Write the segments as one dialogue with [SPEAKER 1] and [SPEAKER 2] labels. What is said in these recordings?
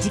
[SPEAKER 1] 時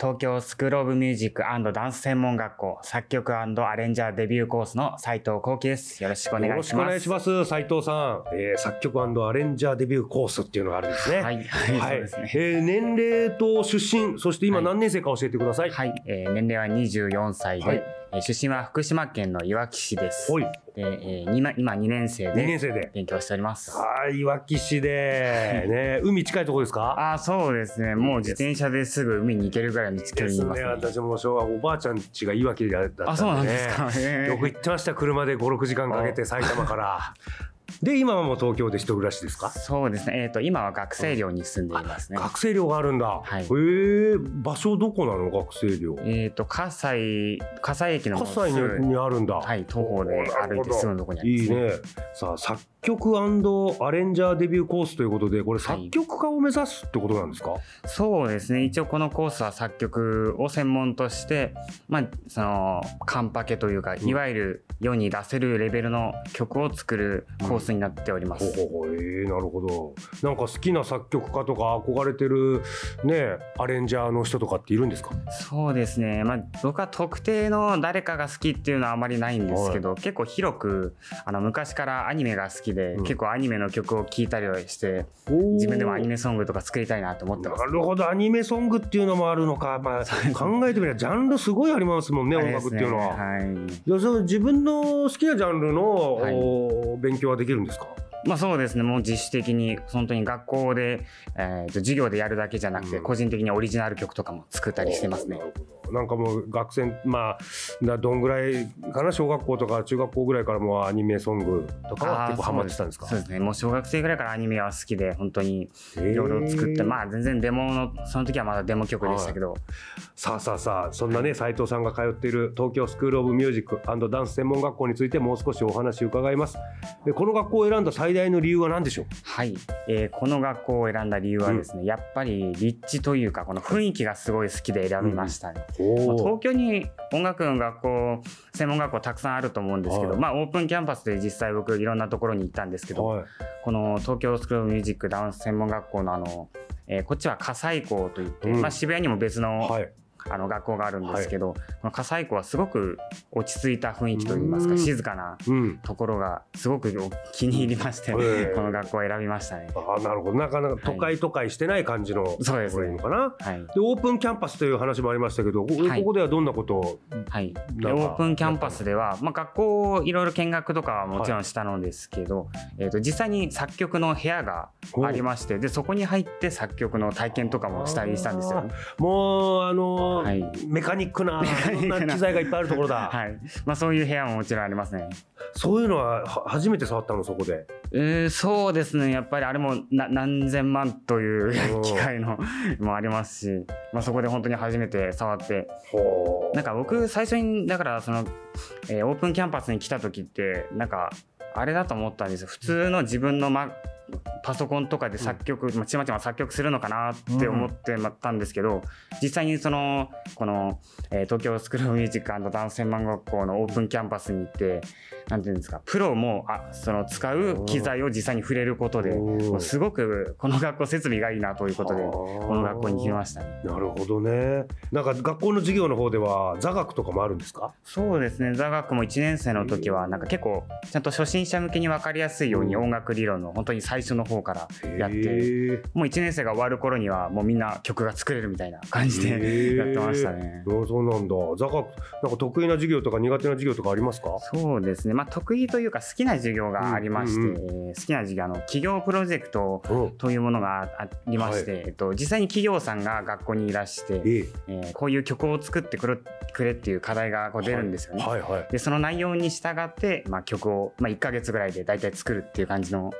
[SPEAKER 2] 東京スクールオブミュージックダンス専門学校作曲アレンジャーデビューコースの斉藤幸喜です。よろしくお願いします。
[SPEAKER 3] よろしくお願いします斉藤さん、えー、作曲アレンジャーデビューコースっていうのがあるんですね
[SPEAKER 2] はい、はい、そうですね。
[SPEAKER 3] えー年齢と出身そして今
[SPEAKER 2] はい
[SPEAKER 3] 何年生か教えてください
[SPEAKER 2] はい、えー年齢は24歳で、
[SPEAKER 3] はい
[SPEAKER 2] えー出身は福島県のいわき市です。
[SPEAKER 3] はい
[SPEAKER 2] で、えー今今2年生
[SPEAKER 3] 2年
[SPEAKER 2] で
[SPEAKER 3] 生で
[SPEAKER 2] 勉強しております。
[SPEAKER 3] はいいわき市で ね海近いところですか
[SPEAKER 2] ああ、そうですね。もう自転車ですぐ海に行けるぐらいの距離にいますね。
[SPEAKER 3] 私も昭和おばあちゃん家がいわきだったんで、ね、
[SPEAKER 2] あ、そうなんですか。えー
[SPEAKER 3] よく行ってました車で56時間かけて埼玉からで今はもう東京で一人暮らしですか
[SPEAKER 2] そうですね。えっ、と今は学生寮に住んでいますね。
[SPEAKER 3] 学生寮があるんだ、
[SPEAKER 2] はい
[SPEAKER 3] へえ場所どこなの学生寮
[SPEAKER 2] えっ、と、葛西、葛西駅のもう
[SPEAKER 3] 葛西
[SPEAKER 2] すぐ
[SPEAKER 3] ににあるんだ
[SPEAKER 2] はい、徒歩で歩いてすぐのとこにあり
[SPEAKER 3] い
[SPEAKER 2] ま
[SPEAKER 3] い
[SPEAKER 2] す、
[SPEAKER 3] ね。さあ、作曲アレンジャーデビューコースということで、これ
[SPEAKER 2] はい
[SPEAKER 3] 作曲家を目指すってことなんですか。
[SPEAKER 2] そうですね。一応このコースは作曲を専門として、まあ、その、カンパケというか、
[SPEAKER 3] ん
[SPEAKER 2] いわゆる世に出せるレベルの曲を作るコースになっておりま
[SPEAKER 3] ほう
[SPEAKER 2] す。
[SPEAKER 3] ほうほう、えーなるほど。なんか好きな作曲家とか憧れてるね、アレンジャーの人とかっているんですか。
[SPEAKER 2] そうですね。まあ、僕は特定の誰かが好きっていうのはあまりないんですけど、結構広く、あの、昔からアニメが好きで、
[SPEAKER 3] うん
[SPEAKER 2] 結構アニメの曲を聴いたりはして、自分でもアニメソングとか作りたいなと思ってます
[SPEAKER 3] な。るほど、アニメソングっていうのもあるのか。 まあ考えてみればジャンルすごいありますもんね、
[SPEAKER 2] あ
[SPEAKER 3] 音
[SPEAKER 2] れで
[SPEAKER 3] 楽
[SPEAKER 2] す
[SPEAKER 3] って
[SPEAKER 2] ね
[SPEAKER 3] いうのは。
[SPEAKER 2] はい。
[SPEAKER 3] いやその自分の好きなジャンルの、
[SPEAKER 2] はい
[SPEAKER 3] お勉強はできるんですか。
[SPEAKER 2] まあそうですね、もう自主的に、本当に学校で、えー、と授業でやるだけじゃなくて、
[SPEAKER 3] うん
[SPEAKER 2] 個人的にオリジナル曲とかも作ったりしてますね
[SPEAKER 3] な。るほどなんかもう学生まあなどんぐらいかな小学校とか中学校ぐらいからもうアニメソングとかは
[SPEAKER 2] あー
[SPEAKER 3] 結構ハマってたんですか
[SPEAKER 2] そうですね、もう小学生ぐらいからアニメは好きで、本当に
[SPEAKER 3] い
[SPEAKER 2] いろいろ作って、まあ全然デモの、その時はまだデモ曲でしたけど、
[SPEAKER 3] さあさあさあそんなね斉藤さんが通っている東京スクール・オブ・ミュージックダンス専門学校についてもう少しお話伺いますでこの学校を選んだ最大の理由は何でしょう
[SPEAKER 2] はい、えーこの学校を選んだ理由はですね、やっぱり立地というか、この雰囲気がすごい好きで選びましたね。まあ東京に音楽の学校専門学校たくさんあると思うんですけど、
[SPEAKER 3] はい
[SPEAKER 2] まあオープンキャンパスで実際僕いろんなところに行ったんですけど、
[SPEAKER 3] はい
[SPEAKER 2] この東京スクールオブミュージックダンス専門学校のあの、えーこっちは葛西校といって、
[SPEAKER 3] うん
[SPEAKER 2] まあ、渋谷にも別の,、
[SPEAKER 3] はい
[SPEAKER 2] あの学校があるんですけど、この葛西校はすごく落ち着いた雰囲気といいます
[SPEAKER 3] う
[SPEAKER 2] か
[SPEAKER 3] ん
[SPEAKER 2] 静かな
[SPEAKER 3] うん
[SPEAKER 2] ところがすごく気に入りまして、
[SPEAKER 3] へー
[SPEAKER 2] この学校を選びましたね。
[SPEAKER 3] ああなるほどなかなか都会都会してない感じの、
[SPEAKER 2] そうですね
[SPEAKER 3] これいいのかな
[SPEAKER 2] はい
[SPEAKER 3] でオープンキャンパスという話もありましたけど、こ
[SPEAKER 2] はい
[SPEAKER 3] ここではどんなことを
[SPEAKER 2] はい、で
[SPEAKER 3] なん
[SPEAKER 2] オ
[SPEAKER 3] か
[SPEAKER 2] ープンキャンパスでは、まあ、学校をいろいろ見学とかはもちろんしたのですけど、えー、と実際に作曲の部屋がありましてでそこに入って作曲の体験とかもしたりしたんですよね。
[SPEAKER 3] もうあのー
[SPEAKER 2] はい
[SPEAKER 3] メカニックな
[SPEAKER 2] カニックない
[SPEAKER 3] ろんな機材がいっぱいあるところだ、
[SPEAKER 2] はいまあ、そういう部屋ももちろんありますね。
[SPEAKER 3] そういうのはは初めて触ったのそこで
[SPEAKER 2] えーそうですねやっぱりあれもな何千万という
[SPEAKER 3] おー
[SPEAKER 2] 機械のもありますし、まあ、そこで本当に初めて触って
[SPEAKER 3] ほ
[SPEAKER 2] なんか僕最初にだからその、えーオープンキャンパスに来た時ってなんかあれだと思ったんですよ普通の自分の、ま、パソコンとかで作曲、まあちまちま作曲するのかなって思ってまったんですけど、実際にそのこの、えー東京スクールオブミュージックダンス専門学校のオープンキャンパスに行ってなんていうんですかプロもあその使う機材を実際に触れることで
[SPEAKER 3] おー
[SPEAKER 2] もうすごくこの学校設備がいいなということでこの学校に来ましたね。
[SPEAKER 3] なるほどねなんか学校の授業の方では座学とかもあるんですか
[SPEAKER 2] そうですね座学も1年生の時はなんか結構ちゃんと初心者向けに分かりやすいように
[SPEAKER 3] うん
[SPEAKER 2] 音楽理論の本当に最初の方方から
[SPEAKER 3] へ
[SPEAKER 2] やって
[SPEAKER 3] え
[SPEAKER 2] もう1年生が終わる頃にはもうみんな曲が作れるみたいな感じでやってましたね。
[SPEAKER 3] あそうなんだ。ザカなんか得意な授業とか苦手な授業とかありますか？
[SPEAKER 2] そうですね、まあ、得意というか好きな授業がありまして、
[SPEAKER 3] うん
[SPEAKER 2] えー好きな授業あの企業プロジェクト
[SPEAKER 3] うん。
[SPEAKER 2] というものがありまして、えっと、実際に企業さんが学校にいらして、
[SPEAKER 3] ええ
[SPEAKER 2] えーこういう曲を作ってくれくれっていう課題がこう出るんですよね。
[SPEAKER 3] はいはい。
[SPEAKER 2] でその内容に従って、まあ、曲を、まあ、1ヶ月ぐらいで大体作るっていう感じの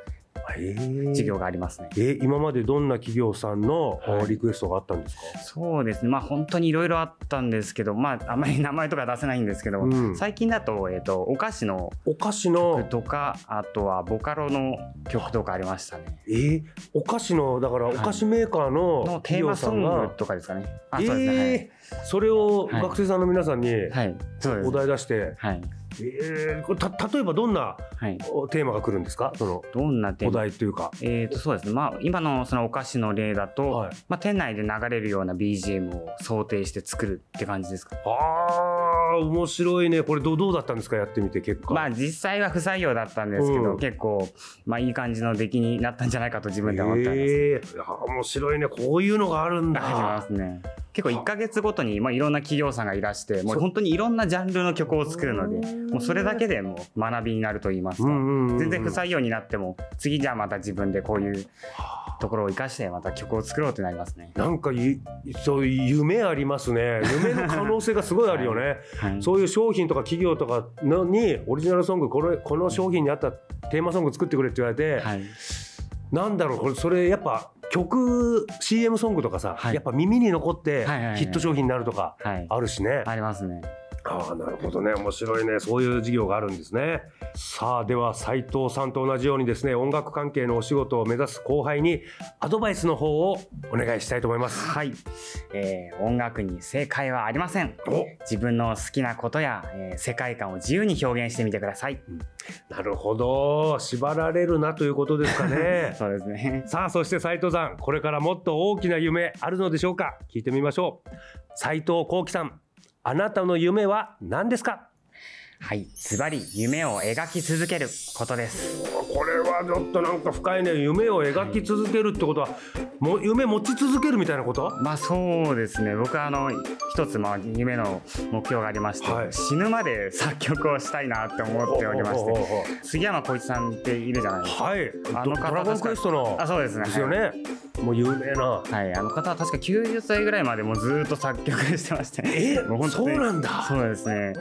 [SPEAKER 3] え
[SPEAKER 2] 授業がありますね。
[SPEAKER 3] え今までどんな企業さんの
[SPEAKER 2] はい
[SPEAKER 3] リクエストがあったんですか？
[SPEAKER 2] そうですね、まあ、本当にいろいろあったんですけど、まあ、あまり 名前とか出せないんですけど、
[SPEAKER 3] うん
[SPEAKER 2] 最近だと,、えー、とお菓子の
[SPEAKER 3] お菓子
[SPEAKER 2] 曲
[SPEAKER 3] の
[SPEAKER 2] とかあとはボカロの曲とかありましたね。
[SPEAKER 3] えーお菓子のだからお
[SPEAKER 2] はい
[SPEAKER 3] 菓子メーカーの
[SPEAKER 2] のテ
[SPEAKER 3] 企
[SPEAKER 2] ーマ
[SPEAKER 3] 業さ
[SPEAKER 2] ソ
[SPEAKER 3] ん
[SPEAKER 2] ング
[SPEAKER 3] が、
[SPEAKER 2] とかですかね。
[SPEAKER 3] え
[SPEAKER 2] あそうですね、
[SPEAKER 3] えそれを学生さんの皆さんに
[SPEAKER 2] はい、はい、そうです
[SPEAKER 3] お題出して、
[SPEAKER 2] はい、
[SPEAKER 3] えーこれた例えばどんな
[SPEAKER 2] はい、
[SPEAKER 3] おテーマが来るんですか？その
[SPEAKER 2] どんなテ
[SPEAKER 3] お
[SPEAKER 2] ーマ
[SPEAKER 3] 題というか。
[SPEAKER 2] えー、とそうですね、まあ、今のそのお菓子の例だと、
[SPEAKER 3] はい
[SPEAKER 2] まあ、店内で流れるような BGM を想定して作るって感じですか、
[SPEAKER 3] あー面白いねこれどうどうだったんですかやってみて結果
[SPEAKER 2] まあ実際は不採用だったんですけど、
[SPEAKER 3] うん
[SPEAKER 2] 結構、まあ、いい感じの出来になったんじゃないかと自分では思ったんです、
[SPEAKER 3] えーいや面白いねこういうのがあるん
[SPEAKER 2] ありま
[SPEAKER 3] だ
[SPEAKER 2] すね結構1か月ごとに、まあ、いろんな企業さんがいらしてもう本当にいろんなジャンルの曲を作るのでもうそれだけでもう学びになると言いますか、全然不採用になっても次じゃあまた自分でこういうところを生かしてまた曲を作ろうってなりますね。
[SPEAKER 3] なんかゆそういう夢ありますね夢の可能性がすごいあるよね、
[SPEAKER 2] はい
[SPEAKER 3] そういう商品とか企業とかのにオリジナルソングこれこの商品に合ったテーマソング作ってくれって言われて、
[SPEAKER 2] はい
[SPEAKER 3] なんだろうこれそれやっぱ曲 CM ソングとかさ、
[SPEAKER 2] はい
[SPEAKER 3] やっぱ耳に残って
[SPEAKER 2] はいはいはい
[SPEAKER 3] ヒット商品になるとか
[SPEAKER 2] はい
[SPEAKER 3] あるしね、
[SPEAKER 2] ありますね。
[SPEAKER 3] ああなるほどね面白いねそういう事業があるんですねさあでは斉藤さんと同じようにですね音楽関係のお仕事を目指す後輩にアドバイスの方をお願いしたいと思います
[SPEAKER 2] はい、えー音楽に正解はありません。
[SPEAKER 3] お
[SPEAKER 2] 自分の好きなことや、えー世界観を自由に表現してみてください。
[SPEAKER 3] なるほど縛られるなということですかね
[SPEAKER 2] そうですね。
[SPEAKER 3] さあそして斉藤さんこれからもっと大きな夢あるのでしょうか聞いてみましょう斉藤幸喜さんあなたの夢は何ですか
[SPEAKER 2] はい、ズバリ夢を描き続けることです。
[SPEAKER 3] これはちょっとなんか深いね夢を描き続けるってことはも夢持ち続けるみたいなこと
[SPEAKER 2] まあそうですね。僕はあの一つまあ夢の目標がありまして、
[SPEAKER 3] はい
[SPEAKER 2] 死ぬまで作曲をしたいなって思っておりまし
[SPEAKER 3] ほうほ
[SPEAKER 2] て、
[SPEAKER 3] うほうほ
[SPEAKER 2] 杉山浩一さんっているじゃないですか。
[SPEAKER 3] はい、
[SPEAKER 2] あ
[SPEAKER 3] ド
[SPEAKER 2] の方
[SPEAKER 3] ドラゴンクエストの
[SPEAKER 2] あ、そうですね。
[SPEAKER 3] ですよね、もう有名な
[SPEAKER 2] はい、あの方は確か90歳ぐらいまでもうずーっと作曲してまして
[SPEAKER 3] え
[SPEAKER 2] も本当に
[SPEAKER 3] そうなんだ
[SPEAKER 2] そうですね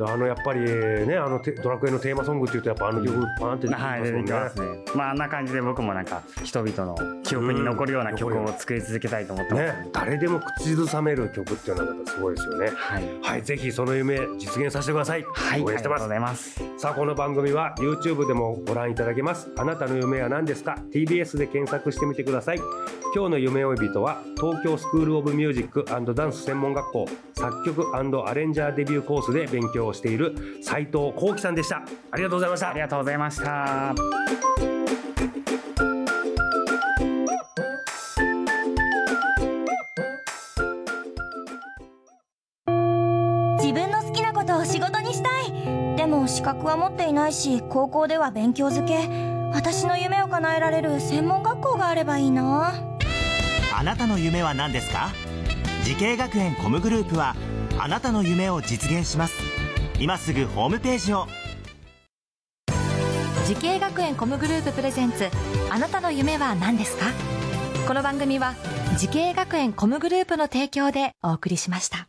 [SPEAKER 3] あのやっぱりねあのテドラクエのテーマソングっていうとやっぱあの曲パーンって出てき
[SPEAKER 2] は
[SPEAKER 3] ま
[SPEAKER 2] い
[SPEAKER 3] す
[SPEAKER 2] 出
[SPEAKER 3] も
[SPEAKER 2] て
[SPEAKER 3] ん
[SPEAKER 2] き
[SPEAKER 3] ね、
[SPEAKER 2] ますねまああんな感じで僕もなんか人々の記憶に残るような曲を作り続けたいと思ってます、
[SPEAKER 3] ね誰でも口ずさめる曲っていうのはやっぱすごいですよね
[SPEAKER 2] はい、
[SPEAKER 3] はいぜひその夢実現させてください、
[SPEAKER 2] はい、
[SPEAKER 3] 応援してま
[SPEAKER 2] ありがとう
[SPEAKER 3] す
[SPEAKER 2] ございます
[SPEAKER 3] さあこの番組は YouTube でもご覧いただけますあなたの夢は何ですか TBS で検索してみてください今日の夢追い人は東京スクールオブミュージックダンス専門学校作曲アレンジャーデビューコースで勉強をしている斉藤幸喜さんでしたありがとうございました
[SPEAKER 2] ありがとうございました
[SPEAKER 4] 自分の好きなことを仕事にしたいでも資格は持っていないし高校では勉強づけ私の夢を叶えられる専門学校があればいいな
[SPEAKER 5] あなたの夢は何ですか時系学園コムグループはあなたの夢を実現します今すぐホームページを
[SPEAKER 1] 時系学園コムグループプレゼンツあなたの夢は何ですかこの番組は時系学園コムグループの提供でお送りしました